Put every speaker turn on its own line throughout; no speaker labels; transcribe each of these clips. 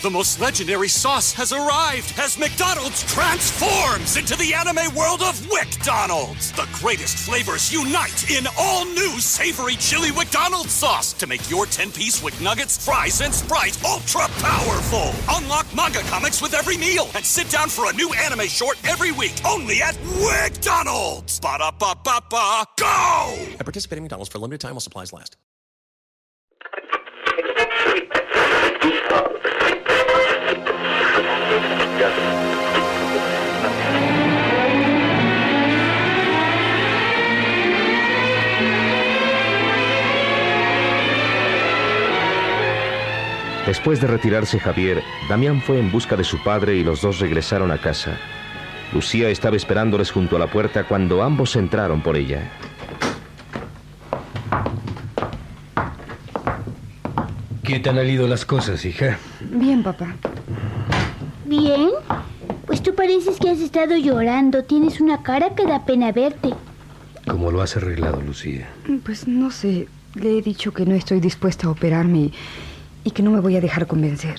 The most legendary sauce has arrived as McDonald's transforms into the anime world of WickDonald's. The greatest flavors unite in all new savory chili McDonald's sauce to make your 10-piece Wick Nuggets, fries, and Sprite ultra-powerful. Unlock manga comics with every meal and sit down for a new anime short every week only at WickDonald's. Ba-da-ba-ba-ba, go!
At participating McDonald's for a limited time while supplies last.
Después de retirarse Javier, Damián fue en busca de su padre y los dos regresaron a casa. Lucía estaba esperándoles junto a la puerta cuando ambos entraron por ella.
¿Qué tan han ido las cosas, hija?
Bien, papá.
¿Bien? Pues tú pareces que has estado llorando. Tienes una cara que da pena verte.
¿Cómo lo has arreglado, Lucía?
Pues no sé. Le he dicho que no estoy dispuesta a operarme y, y que no me voy a dejar convencer.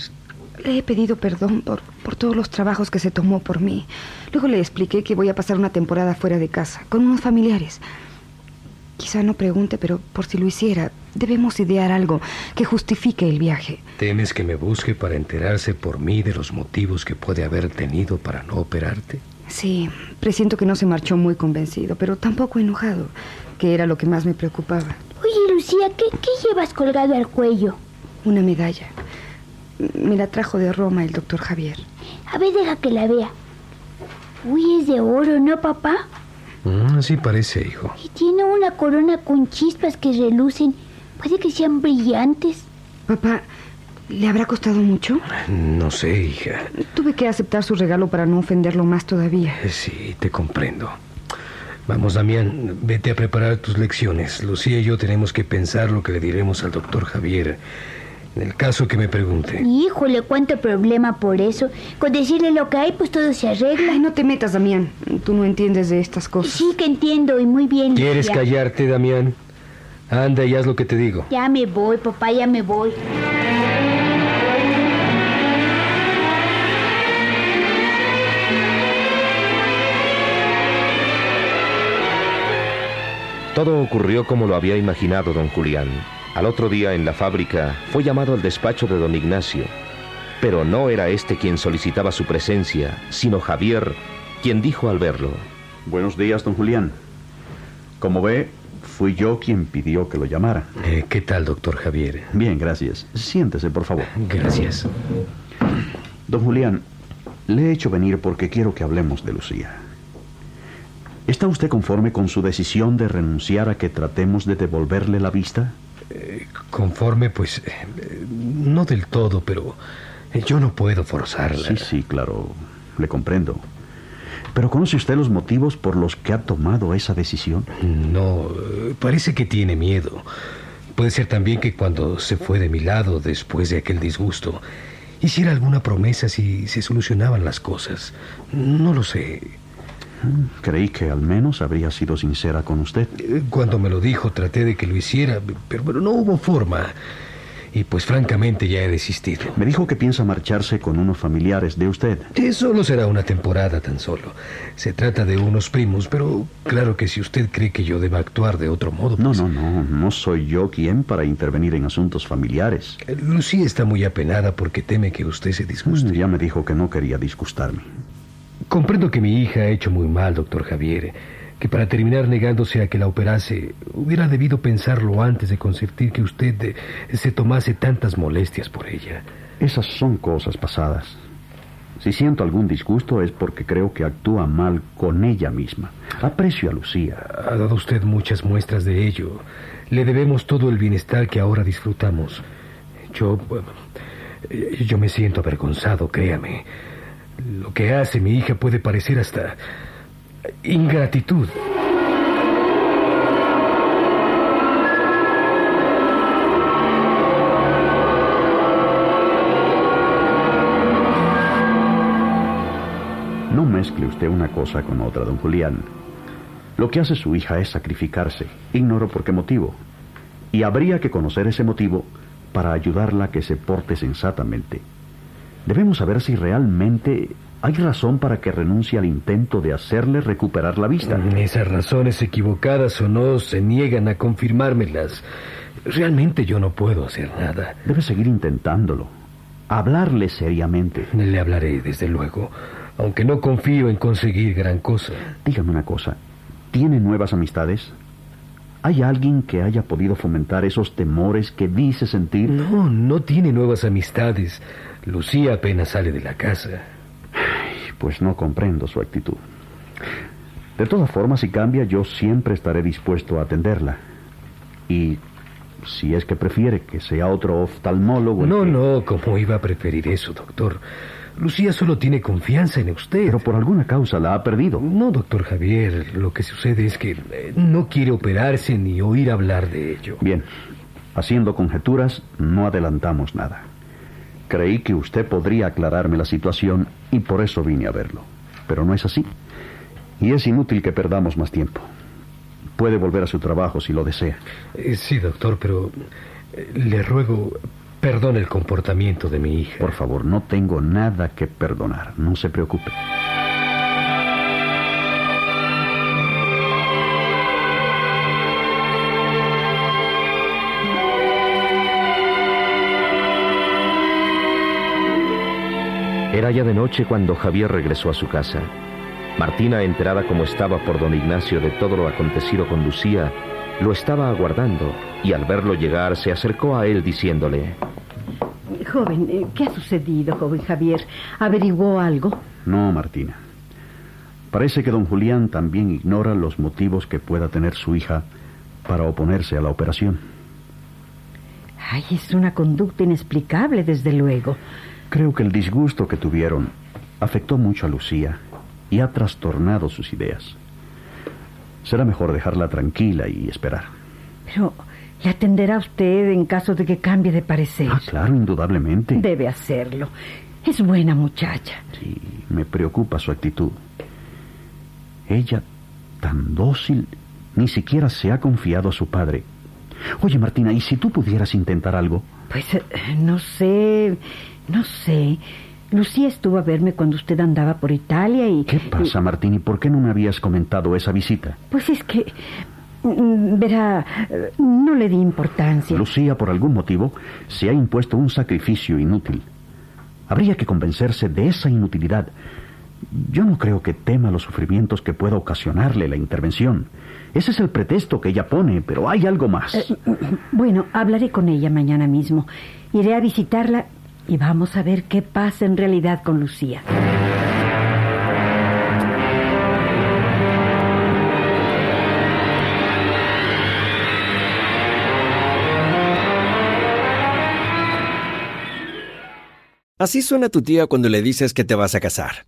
Le he pedido perdón por, por todos los trabajos que se tomó por mí. Luego le expliqué que voy a pasar una temporada fuera de casa, con unos familiares. Quizá no pregunte, pero por si lo hiciera, debemos idear algo que justifique el viaje.
¿Temes que me busque para enterarse por mí de los motivos que puede haber tenido para no operarte?
Sí, presiento que no se marchó muy convencido, pero tampoco enojado, que era lo que más me preocupaba.
Oye, Lucía, ¿qué, qué llevas colgado al cuello?
Una medalla. Me la trajo de Roma el doctor Javier.
A ver, deja que la vea. Uy, es de oro, ¿no, papá?
Mm, así parece, hijo.
Y tiene una corona con chispas que relucen. Puede que sean brillantes.
Papá, ¿le habrá costado mucho?
No sé, hija.
Tuve que aceptar su regalo para no ofenderlo más todavía.
Sí, te comprendo. Vamos, Damián, vete a preparar tus lecciones. Lucía y yo tenemos que pensar lo que le diremos al doctor Javier. En el caso que me pregunte.
Híjole, cuánto problema por eso. Con decirle lo que hay, pues todo se arregla.
Ay, no te metas, Damián. Tú no entiendes de estas cosas.
Sí que entiendo y muy bien.
¿Quieres
Lucía.
callarte, Damián? Anda y haz lo que te digo.
Ya me voy, papá, ya me voy.
Todo ocurrió como lo había imaginado don Julián. Al otro día en la fábrica fue llamado al despacho de don Ignacio, pero no era este quien solicitaba su presencia, sino Javier, quien dijo al verlo.
Buenos días, don Julián. Como ve, fui yo quien pidió que lo llamara.
Eh, ¿Qué tal, doctor Javier?
Bien, gracias. Siéntese, por favor.
Gracias.
Don Julián, le he hecho venir porque quiero que hablemos de Lucía. ¿Está usted conforme con su decisión de renunciar a que tratemos de devolverle la vista?
Eh, conforme, pues, eh, no del todo, pero Eh, yo no puedo forzarla.
Sí, sí, claro. Le comprendo. Pero ¿conoce usted los motivos por los que ha tomado esa decisión?
No, eh, parece que tiene miedo. Puede ser también que cuando se fue de mi lado después de aquel disgusto, hiciera alguna promesa si se solucionaban las cosas. No lo sé.
Mm, Creí que al menos habría sido sincera con usted.
Eh, Cuando me lo dijo traté de que lo hiciera, pero, pero no hubo forma. Y pues francamente ya he desistido.
Me dijo que piensa marcharse con unos familiares de usted.
Eh, Solo será una temporada tan solo. Se trata de unos primos, pero claro que si usted cree que yo deba actuar de otro modo...
No,
pues,
no, no. No soy yo quien para intervenir en asuntos familiares.
eh, Lucía está muy apenada porque teme que usted se disguste.
Usted Mm, ya me dijo que no quería disgustarme.
Comprendo que mi hija ha hecho muy mal, doctor Javier, que para terminar negándose a que la operase, hubiera debido pensarlo antes de consentir que usted eh, se tomase tantas molestias por ella.
Esas son cosas pasadas. Si siento algún disgusto es porque creo que actúa mal con ella misma. Aprecio a Lucía.
Ha dado usted muchas muestras de ello. Le debemos todo el bienestar que ahora disfrutamos. Yo... bueno, eh, Yo me siento avergonzado, créame. Lo que hace mi hija puede parecer hasta... eh, ingratitud.
No mezcle usted una cosa con otra, don Julián. Lo que hace su hija es sacrificarse. Ignoro por qué motivo. Y habría que conocer ese motivo para ayudarla a que se porte sensatamente. Debemos saber si realmente hay razón para que renuncie al intento de hacerle recuperar la vista.
Esas razones equivocadas o no se niegan a confirmármelas. Realmente yo no puedo hacer nada.
Debe seguir intentándolo. Hablarle seriamente.
Le hablaré, desde luego, aunque no confío en conseguir gran cosa.
Dígame una cosa. ¿Tiene nuevas amistades? ¿Hay alguien que haya podido fomentar esos temores que dice sentir?
No, no tiene nuevas amistades. Lucía apenas sale de la casa.
Pues no comprendo su actitud. De todas formas, si cambia, yo siempre estaré dispuesto a atenderla. Y si es que prefiere que sea otro oftalmólogo. el
No,
que-
no, ¿cómo iba a preferir eso, doctor? Lucía solo tiene confianza en usted.
Pero por alguna causa la ha perdido.
No, doctor Javier, lo que sucede es que eh, no quiere operarse ni oír hablar de ello.
Bien, haciendo conjeturas, no adelantamos nada. Creí que usted podría aclararme la situación y por eso vine a verlo. Pero no es así. Y es inútil que perdamos más tiempo. Puede volver a su trabajo si lo desea.
Eh, Sí, doctor, pero eh, le ruego perdone el comportamiento de mi hija.
Por favor, no tengo nada que perdonar. No se preocupe.
Era ya de noche cuando Javier regresó a su casa. Martina, enterada como estaba por don Ignacio de todo lo acontecido con Lucía, lo estaba aguardando y al verlo llegar se acercó a él diciéndole,
Joven, eh, ¿qué ha sucedido, joven Javier? ¿Averiguó algo?
No, Martina. Parece que don Julián también ignora los motivos que pueda tener su hija para oponerse a la operación.
Ay, es una conducta inexplicable, desde luego.
Creo que el disgusto que tuvieron afectó mucho a Lucía y ha trastornado sus ideas. Será mejor dejarla tranquila y esperar.
Pero, ¿le atenderá usted en caso de que cambie de parecer?
Ah, claro, indudablemente.
Debe hacerlo. Es buena muchacha.
Sí, me preocupa su actitud. Ella, tan dócil, ni siquiera se ha confiado a su padre. Oye, Martina, ¿y si tú pudieras intentar algo?
Pues eh, no sé, no sé. Lucía estuvo a verme cuando usted andaba por Italia y...
¿Qué
mm.
pasa, Martín? ¿Y por qué no me habías comentado esa visita?
Pues es que... mm, Verá, eh, no le di importancia.
Lucía, por algún motivo, se ha impuesto un sacrificio inútil. Habría que convencerse de esa inutilidad. Yo no creo que tema los sufrimientos que pueda ocasionarle la intervención. Ese es el pretexto que ella pone, pero hay algo más.
Bueno, hablaré con ella mañana mismo. Iré a visitarla y vamos a ver qué pasa en realidad con Lucía.
Así suena tu tía cuando le dices que te vas a casar.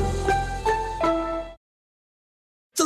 The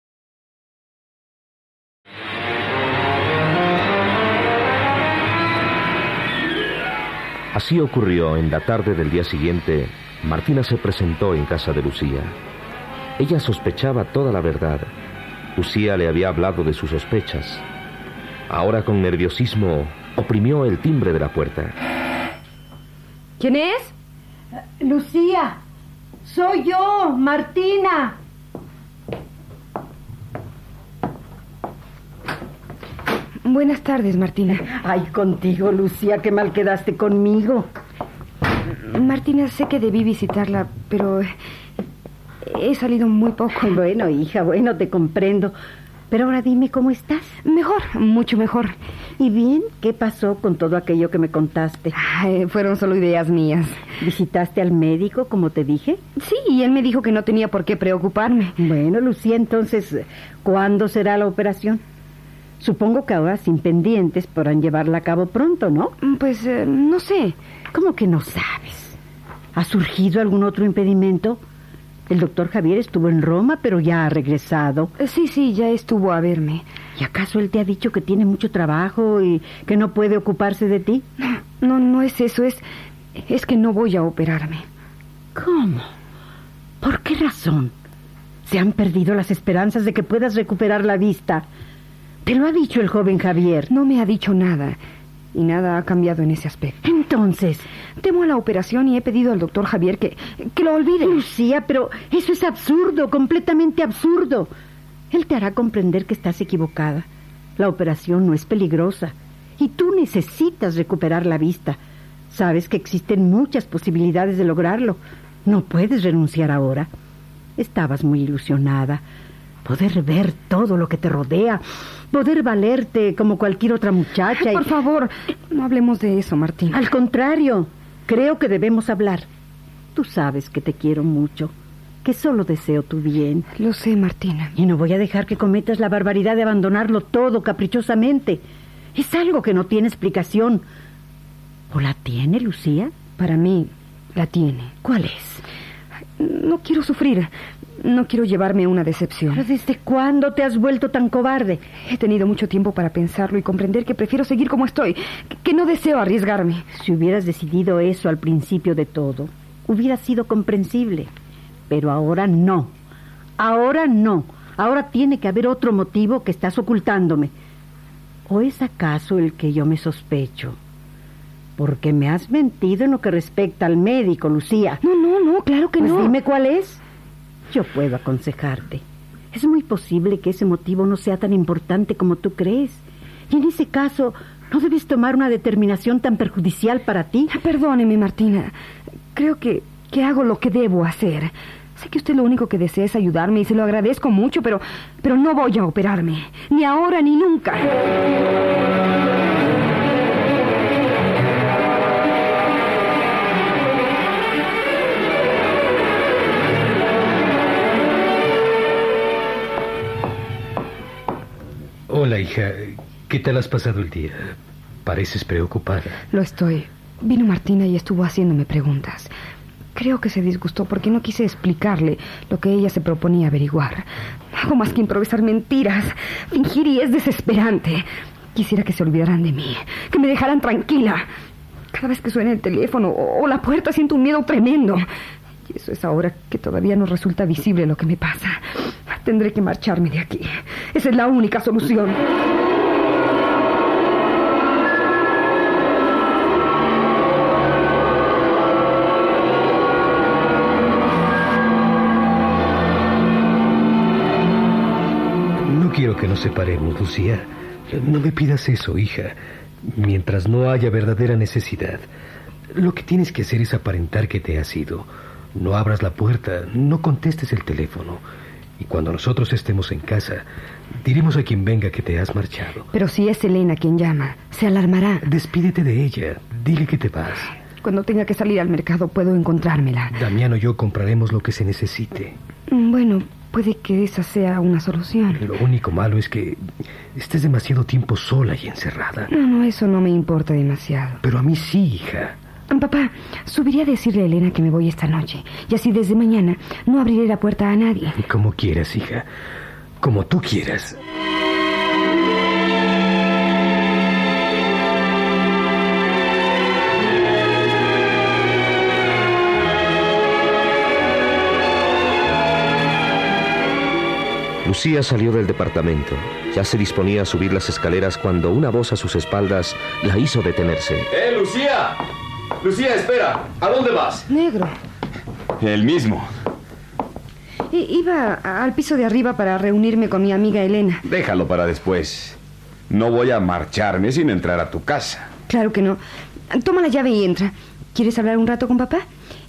Así ocurrió en la tarde del día siguiente. Martina se presentó en casa de Lucía. Ella sospechaba toda la verdad. Lucía le había hablado de sus sospechas. Ahora con nerviosismo oprimió el timbre de la puerta.
¿Quién es?
Lucía, soy yo, Martina.
Buenas tardes, Martina.
Ay, contigo, Lucía, qué mal quedaste conmigo.
Martina, sé que debí visitarla, pero eh, he salido muy poco.
Bueno, hija, bueno, te comprendo. Pero ahora dime cómo estás.
Mejor, mucho mejor.
¿Y bien? ¿Qué pasó con todo aquello que me contaste?
Ay, fueron solo ideas mías.
¿Visitaste al médico, como te dije?
Sí, y él me dijo que no tenía por qué preocuparme.
Bueno, Lucía, entonces, ¿cuándo será la operación? Supongo que ahora sin pendientes podrán llevarla a cabo pronto, ¿no?
Pues eh, no sé.
¿Cómo que no sabes? ¿Ha surgido algún otro impedimento? El doctor Javier estuvo en Roma, pero ya ha regresado.
Eh, Sí, sí, ya estuvo a verme.
¿Y acaso él te ha dicho que tiene mucho trabajo y que no puede ocuparse de ti?
No, no es eso, es es que no voy a operarme.
¿Cómo? ¿Por qué razón? Se han perdido las esperanzas de que puedas recuperar la vista. Te lo ha dicho el joven Javier.
No me ha dicho nada. Y nada ha cambiado en ese aspecto.
Entonces,
temo a la operación y he pedido al doctor Javier que, que lo olvide.
Lucía, pero eso es absurdo, completamente absurdo. Él te hará comprender que estás equivocada. La operación no es peligrosa. Y tú necesitas recuperar la vista. Sabes que existen muchas posibilidades de lograrlo. No puedes renunciar ahora. Estabas muy ilusionada. Poder ver todo lo que te rodea, poder valerte como cualquier otra muchacha. Ay,
por y... favor, no hablemos de eso, Martín.
Al contrario, creo que debemos hablar. Tú sabes que te quiero mucho, que solo deseo tu bien.
Lo sé, Martina.
Y no voy a dejar que cometas la barbaridad de abandonarlo todo caprichosamente. Es algo que no tiene explicación. ¿O la tiene, Lucía?
Para mí, la tiene.
¿Cuál es?
No quiero sufrir. No quiero llevarme una decepción.
¿Pero desde cuándo te has vuelto tan cobarde?
He tenido mucho tiempo para pensarlo y comprender que prefiero seguir como estoy, que no deseo arriesgarme.
Si hubieras decidido eso al principio de todo, hubiera sido comprensible. Pero ahora no. Ahora no. Ahora tiene que haber otro motivo que estás ocultándome. ¿O es acaso el que yo me sospecho? Porque me has mentido en lo que respecta al médico, Lucía.
No, no, no, claro que
pues
no.
Dime cuál es. Yo puedo aconsejarte. Es muy posible que ese motivo no sea tan importante como tú crees. Y en ese caso, no debes tomar una determinación tan perjudicial para ti.
Perdóneme, Martina. Creo que, que hago lo que debo hacer. Sé que usted lo único que desea es ayudarme y se lo agradezco mucho, pero, pero no voy a operarme. Ni ahora ni nunca.
Hola, hija. ¿Qué tal has pasado el día? Pareces preocupada.
Lo estoy. Vino Martina y estuvo haciéndome preguntas. Creo que se disgustó porque no quise explicarle lo que ella se proponía averiguar. No hago más que improvisar mentiras. Fingir y es desesperante. Quisiera que se olvidaran de mí, que me dejaran tranquila. Cada vez que suena el teléfono o, o la puerta siento un miedo tremendo. Y eso es ahora que todavía no resulta visible lo que me pasa. Tendré que marcharme de aquí. Esa es la única solución.
No quiero que nos separemos, Lucía. No me pidas eso, hija. Mientras no haya verdadera necesidad, lo que tienes que hacer es aparentar que te has ido. No abras la puerta, no contestes el teléfono. Y cuando nosotros estemos en casa, diremos a quien venga que te has marchado.
Pero si es Elena quien llama, se alarmará.
Despídete de ella. Dile que te vas.
Cuando tenga que salir al mercado puedo encontrármela.
Damiano y yo compraremos lo que se necesite.
Bueno, puede que esa sea una solución.
Lo único malo es que estés demasiado tiempo sola y encerrada.
No, no, eso no me importa demasiado.
Pero a mí sí, hija.
Ah, Papá, subiría a decirle a Elena que me voy esta noche. Y así desde mañana no abriré la puerta a nadie.
Como quieras, hija. Como tú quieras.
Lucía salió del departamento. Ya se disponía a subir las escaleras cuando una voz a sus espaldas la hizo detenerse.
¡Eh, Lucía! Lucía, espera. ¿A dónde vas?
Negro.
El mismo.
I- iba a- al piso de arriba para reunirme con mi amiga Elena.
Déjalo para después. No voy a marcharme sin entrar a tu casa.
Claro que no. Toma la llave y entra. ¿Quieres hablar un rato con papá?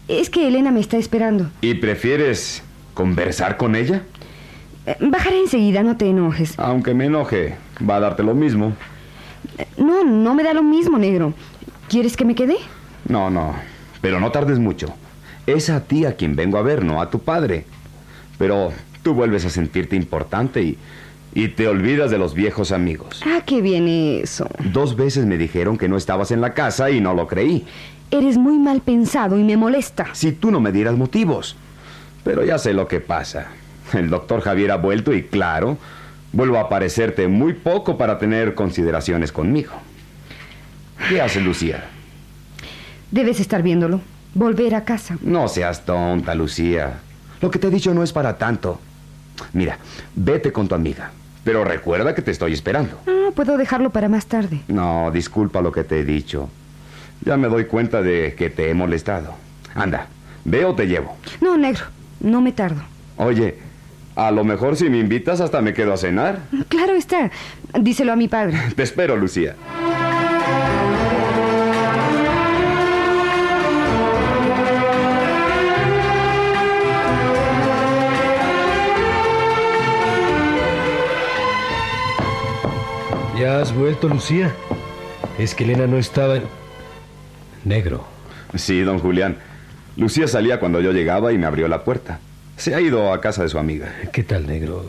Es que Elena me está esperando.
¿Y prefieres conversar con ella?
Eh, Bajaré enseguida, no te enojes.
Aunque me enoje, va a darte lo mismo.
Eh, No, no me da lo mismo, negro. ¿Quieres que me quede?
No, no. Pero no tardes mucho. Es a ti a quien vengo a ver, no a tu padre. Pero tú vuelves a sentirte importante y, y te olvidas de los viejos amigos.
Ah, qué bien eso.
Dos veces me dijeron que no estabas en la casa y no lo creí.
Eres muy mal pensado y me molesta.
Si tú no me dieras motivos. Pero ya sé lo que pasa. El doctor Javier ha vuelto y claro, vuelvo a aparecerte muy poco para tener consideraciones conmigo. ¿Qué hace Lucía?
Debes estar viéndolo. Volver a casa.
No seas tonta, Lucía. Lo que te he dicho no es para tanto. Mira, vete con tu amiga. Pero recuerda que te estoy esperando.
Ah, puedo dejarlo para más tarde.
No, disculpa lo que te he dicho. Ya me doy cuenta de que te he molestado. Anda, ve o te llevo.
No, negro. No me tardo.
Oye, a lo mejor si me invitas hasta me quedo a cenar.
Claro está. Díselo a mi padre.
Te espero, Lucía.
¿Ya has vuelto, Lucía? Es que Elena no estaba... en- Negro.
Sí, don Julián. Lucía salía cuando yo llegaba y me abrió la puerta. Se ha ido a casa de su amiga.
¿Qué tal, negro?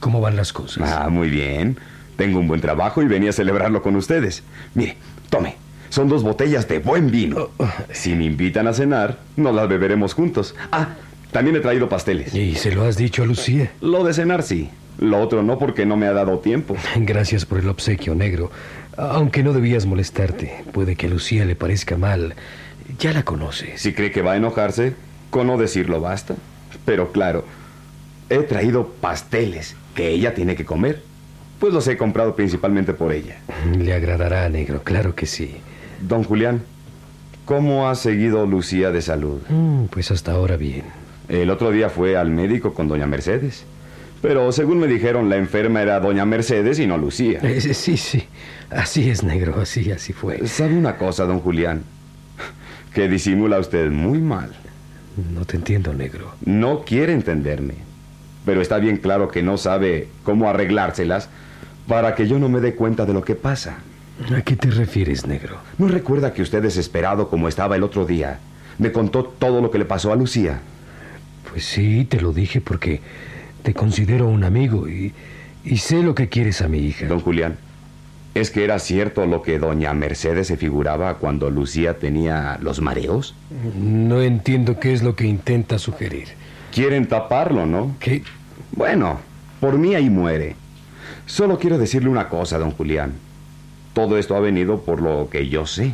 ¿Cómo van las cosas?
Ah, muy bien. Tengo un buen trabajo y venía a celebrarlo con ustedes. Mire, tome. Son dos botellas de buen
Oh,
vino. Si me invitan a cenar, nos las beberemos juntos. Ah, también he traído pasteles.
¿Y se lo has dicho a Lucía?
Lo de cenar sí. Lo otro no porque no me ha dado tiempo.
Gracias por el obsequio, negro. Aunque no debías molestarte. Puede que a Lucía le parezca mal. Ya la conoces.
Si cree que va a enojarse, con no decirlo basta. Pero claro, he traído pasteles que ella tiene que comer. Pues los he comprado principalmente por ella.
Le agradará, negro, claro que sí.
Don Julián, ¿cómo ha seguido Lucía de salud?
Mm, pues hasta ahora bien.
El otro día fue al médico con doña Mercedes. Pero según me dijeron, la enferma era doña Mercedes y no Lucía.
Eh, sí, sí. Así es, negro, así, así fue.
¿Sabe una cosa, don Julián? Que disimula usted muy mal.
No te entiendo, negro.
No quiere entenderme. Pero está bien claro que no sabe cómo arreglárselas para que yo no me dé cuenta de lo que pasa.
¿A qué te refieres, negro?
¿No recuerda que usted, desesperado como estaba el otro día, me contó todo lo que le pasó a Lucía?
Pues sí, te lo dije porque te considero un amigo y, y sé lo que quieres a mi hija.
Don Julián, ¿es que era cierto lo que doña Mercedes se figuraba cuando Lucía tenía los mareos?
No entiendo qué es lo que intenta sugerir.
Quieren taparlo, ¿no?
¿Qué?
Bueno, por mí ahí muere. Solo quiero decirle una cosa, don Julián. Todo esto ha venido por lo que yo sé.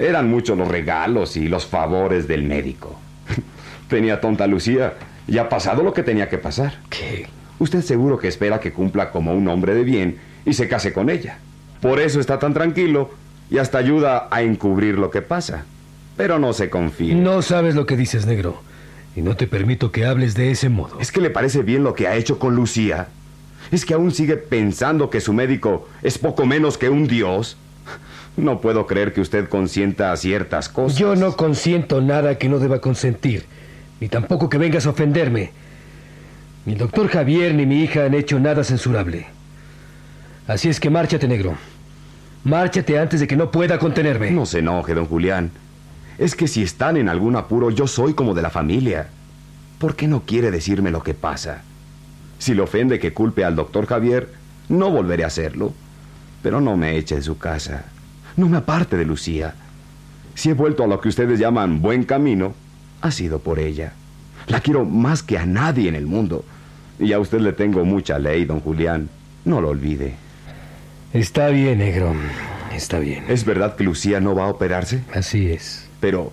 Eran muchos los regalos y los favores del médico. Tenía tonta Lucía y ha pasado lo que tenía que pasar.
¿Qué?
Usted seguro que espera que cumpla como un hombre de bien y se case con ella. Por eso está tan tranquilo y hasta ayuda a encubrir lo que pasa. Pero no se confíe.
No sabes lo que dices, negro. Y no te permito que hables de ese modo.
¿Es que le parece bien lo que ha hecho con Lucía? ¿Es que aún sigue pensando que su médico es poco menos que un dios? No puedo creer que usted consienta a ciertas cosas.
Yo no consiento nada que no deba consentir, ni tampoco que vengas a ofenderme. Ni el doctor Javier ni mi hija han hecho nada censurable. Así es que márchate, negro. Márchate antes de que no pueda contenerme.
No se enoje, don Julián. Es que si están en algún apuro, yo soy como de la familia. ¿Por qué no quiere decirme lo que pasa? Si le ofende que culpe al doctor Javier, no volveré a hacerlo. Pero no me eche de su casa. No me aparte de Lucía. Si he vuelto a lo que ustedes llaman buen camino, ha sido por ella. La quiero más que a nadie en el mundo. Y a usted le tengo mucha ley, don Julián. No lo olvide.
Está bien, negro. Está bien.
¿Es verdad que Lucía no va a operarse?
Así es.
Pero,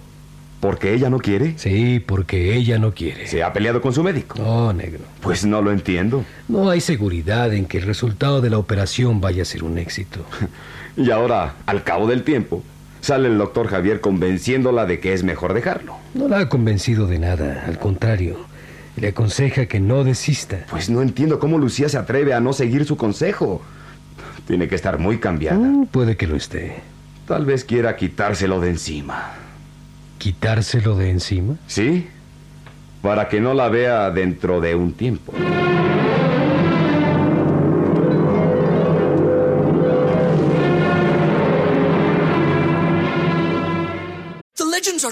¿Porque ella no quiere?
Sí, porque ella no quiere.
¿Se ha peleado con su médico?
No, negro.
Pues no lo entiendo.
No hay seguridad en que el resultado de la operación vaya a ser un éxito.
Y ahora, al cabo del tiempo, sale el doctor Javier convenciéndola de que es mejor dejarlo.
No la ha convencido de nada, al contrario. Le aconseja que no desista.
Pues no entiendo cómo Lucía se atreve a no seguir su consejo. Tiene que estar muy cambiada.
Mm, puede que lo esté.
Tal vez quiera quitárselo de encima.
¿Quitárselo de encima?
Sí, para que no la vea dentro de un tiempo.
The legends are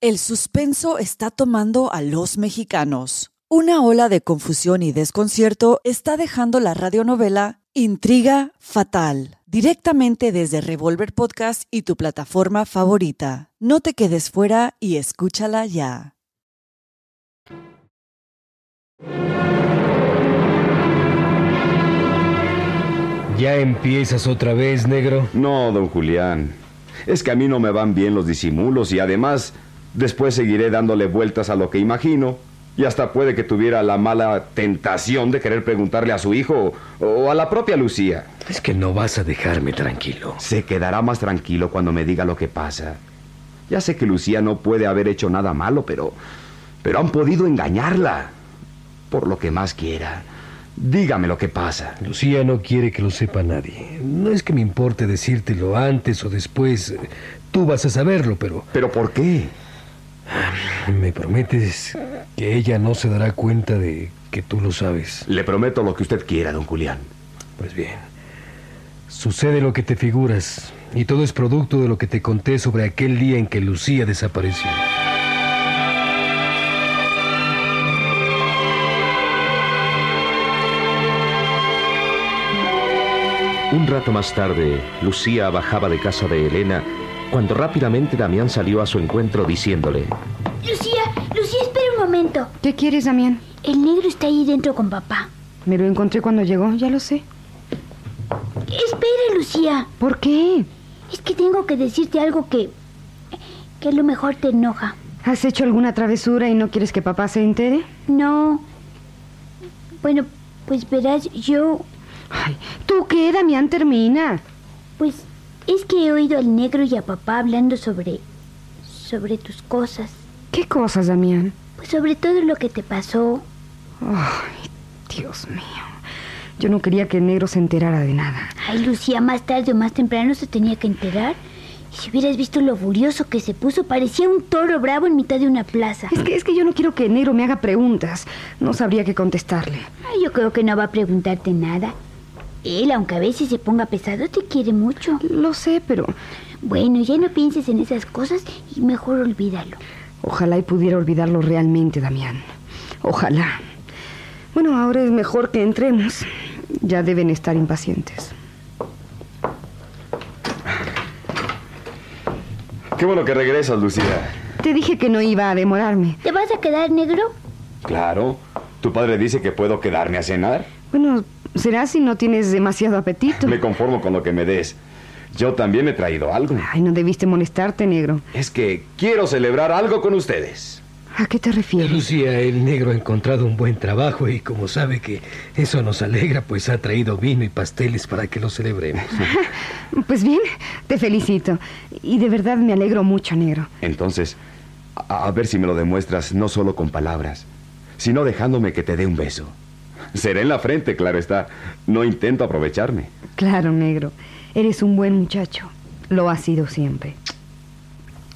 El suspenso está tomando a los mexicanos. Una ola de confusión y desconcierto está dejando la radionovela Intriga Fatal, directamente desde Revolver Podcast y tu plataforma favorita. No te quedes fuera y escúchala ya.
¿Ya empiezas otra vez, negro?
No, don Julián. Es que a mí no me van bien los disimulos y además Después seguiré dándole vueltas a lo que imagino. Y hasta puede que tuviera la mala tentación de querer preguntarle a su hijo o a la propia Lucía.
Es que no vas a dejarme tranquilo.
Se quedará más tranquilo cuando me diga lo que pasa. Ya sé que Lucía no puede haber hecho nada malo, pero... Pero han podido engañarla. Por lo que más quiera. Dígame lo que pasa.
Lucía no quiere que lo sepa nadie. No es que me importe decírtelo antes o después. Tú vas a saberlo, pero...
¿Pero por qué?
¿Me prometes que ella no se dará cuenta de que tú lo sabes?
Le prometo lo que usted quiera, don Julián.
Pues bien, sucede lo que te figuras y todo es producto de lo que te conté sobre aquel día en que Lucía desapareció.
Un rato más tarde, Lucía bajaba de casa de Elena cuando rápidamente Damián salió a su encuentro diciéndole...
Lucía, Lucía, espera un momento.
¿Qué quieres, Damián?
El negro está ahí dentro con papá.
Me lo encontré cuando llegó, ya lo sé.
Espera, Lucía.
¿Por qué?
Es que tengo que decirte algo que... que a lo mejor te enoja.
¿Has hecho alguna travesura y no quieres que papá se entere?
No. Bueno, pues verás, yo...
Ay, ¿tú qué, Damián? Termina.
Pues es que he oído al negro y a papá hablando sobre... sobre tus cosas.
¿Qué cosas, Damián?
Pues sobre todo lo que te pasó.
Ay, Dios mío. Yo no quería que el negro se enterara de nada.
Ay, Lucía, más tarde o más temprano se tenía que enterar. Y si hubieras visto lo furioso que se puso, parecía un toro bravo en mitad de una plaza.
Es que, es que yo no quiero que el negro me haga preguntas. No sabría qué contestarle.
Ay, yo creo que no va a preguntarte nada. Él, aunque a veces se ponga pesado, te quiere mucho.
Lo sé, pero...
Bueno, ya no pienses en esas cosas y mejor olvídalo.
Ojalá y pudiera olvidarlo realmente, Damián. Ojalá. Bueno, ahora es mejor que entremos. Ya deben estar impacientes.
Qué bueno que regresas, Lucía.
Te dije que no iba a demorarme.
¿Te vas a quedar negro?
Claro. Tu padre dice que puedo quedarme a cenar.
Bueno, será si no tienes demasiado apetito.
Me conformo con lo que me des. Yo también he traído algo.
Ay, no debiste molestarte, negro.
Es que quiero celebrar algo con ustedes.
¿A qué te refieres?
Lucía, el negro ha encontrado un buen trabajo y como sabe que eso nos alegra, pues ha traído vino y pasteles para que lo celebremos.
pues bien, te felicito. Y de verdad me alegro mucho, negro.
Entonces, a, a ver si me lo demuestras no solo con palabras, sino dejándome que te dé un beso. Seré en la frente, claro está. No intento aprovecharme.
Claro, negro. Eres un buen muchacho. Lo has sido siempre.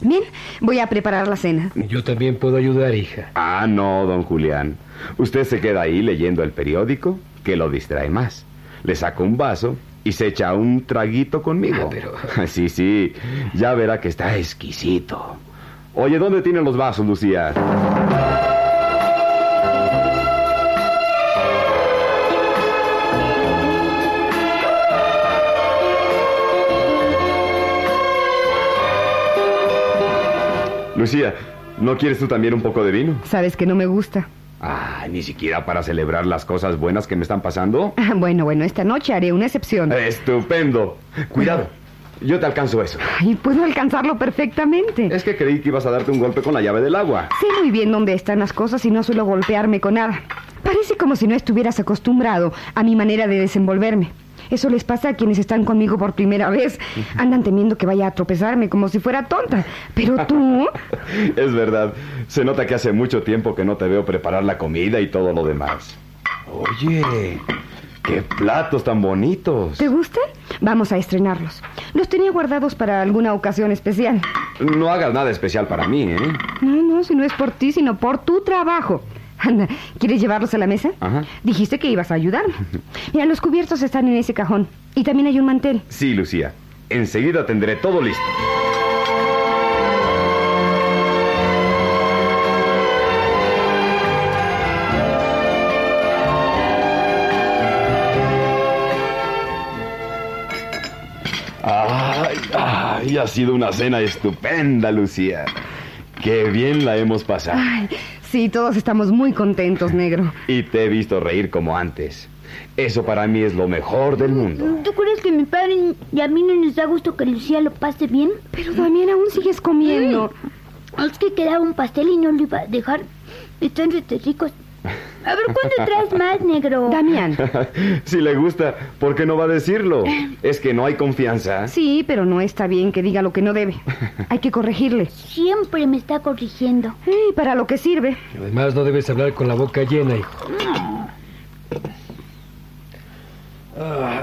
Bien, voy a preparar la cena.
Yo también puedo ayudar, hija.
Ah, no, don Julián. Usted se queda ahí leyendo el periódico, que lo distrae más. Le saco un vaso y se echa un traguito conmigo.
Ah, pero-
Sí, sí. Ya verá que está exquisito. Oye, ¿dónde tienen los vasos, Lucía? Lucía, ¿no quieres tú también un poco de vino?
Sabes que no me gusta.
Ah, ni siquiera para celebrar las cosas buenas que me están pasando.
Ah, Bueno, bueno, esta noche haré una excepción.
Eh. Estupendo. Cuidado, yo te alcanzo eso.
Y puedo alcanzarlo pues, perfectamente.
Es que creí que ibas a darte un golpe con la llave del agua.
Sé muy bien dónde están las cosas y no suelo golpearme con nada. Parece como si no estuvieras acostumbrado a mi manera de desenvolverme. Eso les pasa a quienes están conmigo por primera vez. Andan temiendo que vaya a tropezarme como si fuera tonta. Pero tú...
Es verdad, se nota que hace mucho tiempo que no te veo preparar la comida y todo lo demás. Oye, qué platos tan bonitos.
¿Te gustan? Vamos a estrenarlos. Los tenía guardados para alguna ocasión especial.
No hagas nada especial para mí, ¿eh?
No, no, si no es por ti, sino por tu trabajo. Anda, ¿quieres llevarlos a la mesa?
Ajá.
Dijiste que ibas a ayudarme. Mira, los cubiertos están en ese cajón. Y también hay un mantel.
Sí, Lucía, enseguida tendré todo listo. Ay, ay, ha sido una cena estupenda, Lucía. Qué bien la hemos pasado.
Ay, sí, todos estamos muy contentos, negro.
Y te he visto reír como antes. Eso para mí es lo mejor del mundo.
¿Tú crees que mi padre y a mí no nos da gusto que Lucía lo pase bien?
Pero Damián, aún sigues comiendo.
Es que quedaba un pastel y no lo iba a dejar. Están rete ricos. A ver, ¿cuándo traes más, negro?
Damián.
si le gusta, ¿por qué no va a decirlo? Es que no hay confianza.
Sí, pero no está bien que diga lo que no debe. Hay que corregirle.
Siempre me está corrigiendo.
¿Y para lo que sirve?
Además, no debes hablar con la boca llena, hijo. Ah,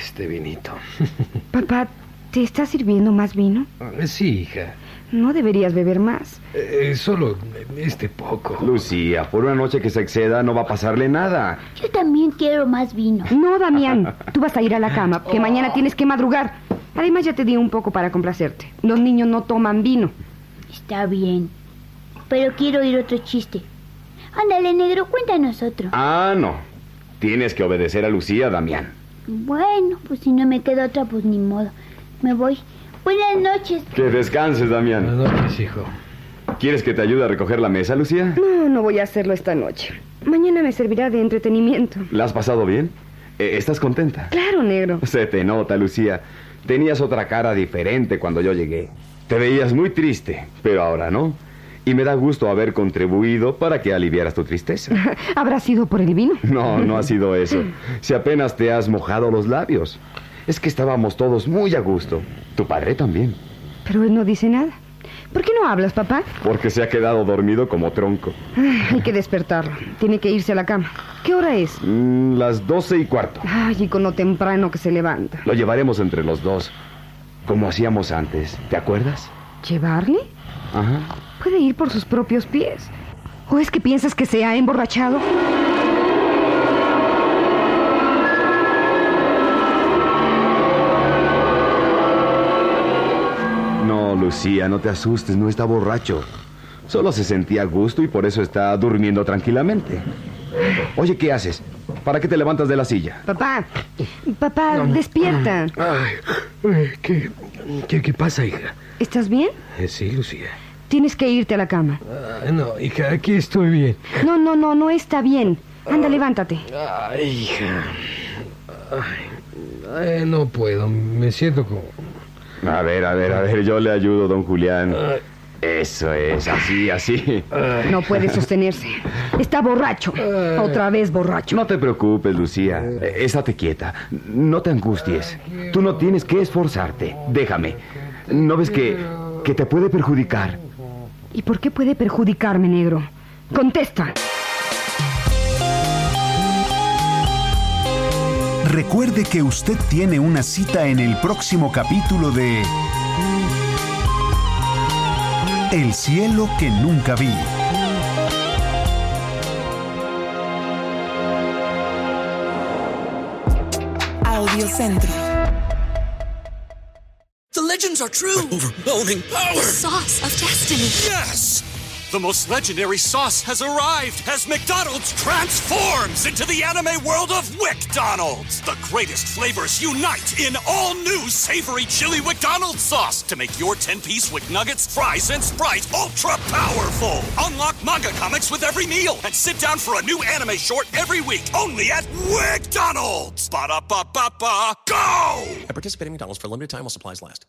este vinito.
Papá, ¿te está sirviendo más vino?
Sí, hija.
No deberías beber más.
Eh, solo este poco.
Lucía, por una noche que se exceda no va a pasarle nada.
Yo también quiero más vino. Oh.
No, Damián, tú vas a ir a la cama, que mañana tienes que madrugar. Además, ya te di un poco para complacerte. Los niños no toman vino.
Está bien. Pero quiero oír otro chiste. Ándale, negro, cuéntanos otro.
Ah, no. Tienes que obedecer a Lucía, Damián.
Bueno, pues si no me queda otra, pues ni modo. Me voy. Buenas noches.
Que descanses, Damián.
Buenas noches, hijo. Mm.
¿Quieres que te ayude a recoger la mesa, Lucía?
No, no voy a hacerlo esta noche. Mañana me servirá de entretenimiento.
¿La has pasado bien? Eh, ¿Estás contenta?
Claro, negro.
Se te nota, Lucía. Tenías otra cara diferente cuando yo llegué. Te veías muy triste, pero ahora no. Y me da gusto haber contribuido para que aliviaras tu tristeza.
¿Habrá sido por el vino?
No, no ha sido eso. Si apenas te has mojado los labios. Es que estábamos todos muy a gusto. Tu padre también.
Pero él no dice nada. ¿Por qué no hablas, papá?
Porque se ha quedado dormido como tronco.
Ay, Hay que despertarlo. Tiene que irse a la cama. ¿Qué hora es?
Mm, las doce y cuarto.
Ay, y con lo temprano que se levanta.
Lo llevaremos entre los dos. Como hacíamos antes. ¿Te acuerdas?
¿Llevarle?
Ajá.
Puede ir por sus propios pies. ¿O es que piensas que se ha emborrachado?
No, Lucía, no te asustes. No está borracho. Solo se sentía a gusto y por eso está durmiendo tranquilamente. Oye, ¿qué haces? ¿Para qué te levantas de la silla?
Papá, papá, despierta.
Ay, ay, ¿qué, qué, qué pasa, hija?
¿Estás bien?
Eh, sí, Lucía.
Tienes que irte a la cama.
Ah, no, hija, aquí estoy bien.
No, no, no, no está bien. Anda, levántate.
Ay, hija. Ay, ay, eh, no puedo. Me siento como.
A ver, a ver, a ver. Yo le ayudo, don Julián.
Ay,
Eso es, así, así.
ay.
No puede sostenerse. Está borracho. Otra vez borracho.
No te preocupes, Lucía. Eh, Estate quieta. No te angusties. Tú no tienes que esforzarte. Déjame. ¿No ves que, que te puede perjudicar?
¿Y por qué puede perjudicarme, negro? Contesta.
Recuerde que usted tiene una cita en el próximo capítulo de El cielo que nunca vi.
Audio Centro.
The legend
claims are true.
Overwhelming power!
The sauce of destiny.
Yes! The most legendary sauce has arrived as McDonald's transforms into the anime world of WickDonald's. The greatest flavors unite in all new savory chili McDonald's sauce to make your 10-piece Wick Nuggets, fries, and Sprite ultra-powerful. Unlock manga comics with every meal and sit down for a new anime short every week only at WickDonald's. Ba-da-ba-ba-ba, go!
At participating McDonald's for a limited time while supplies last.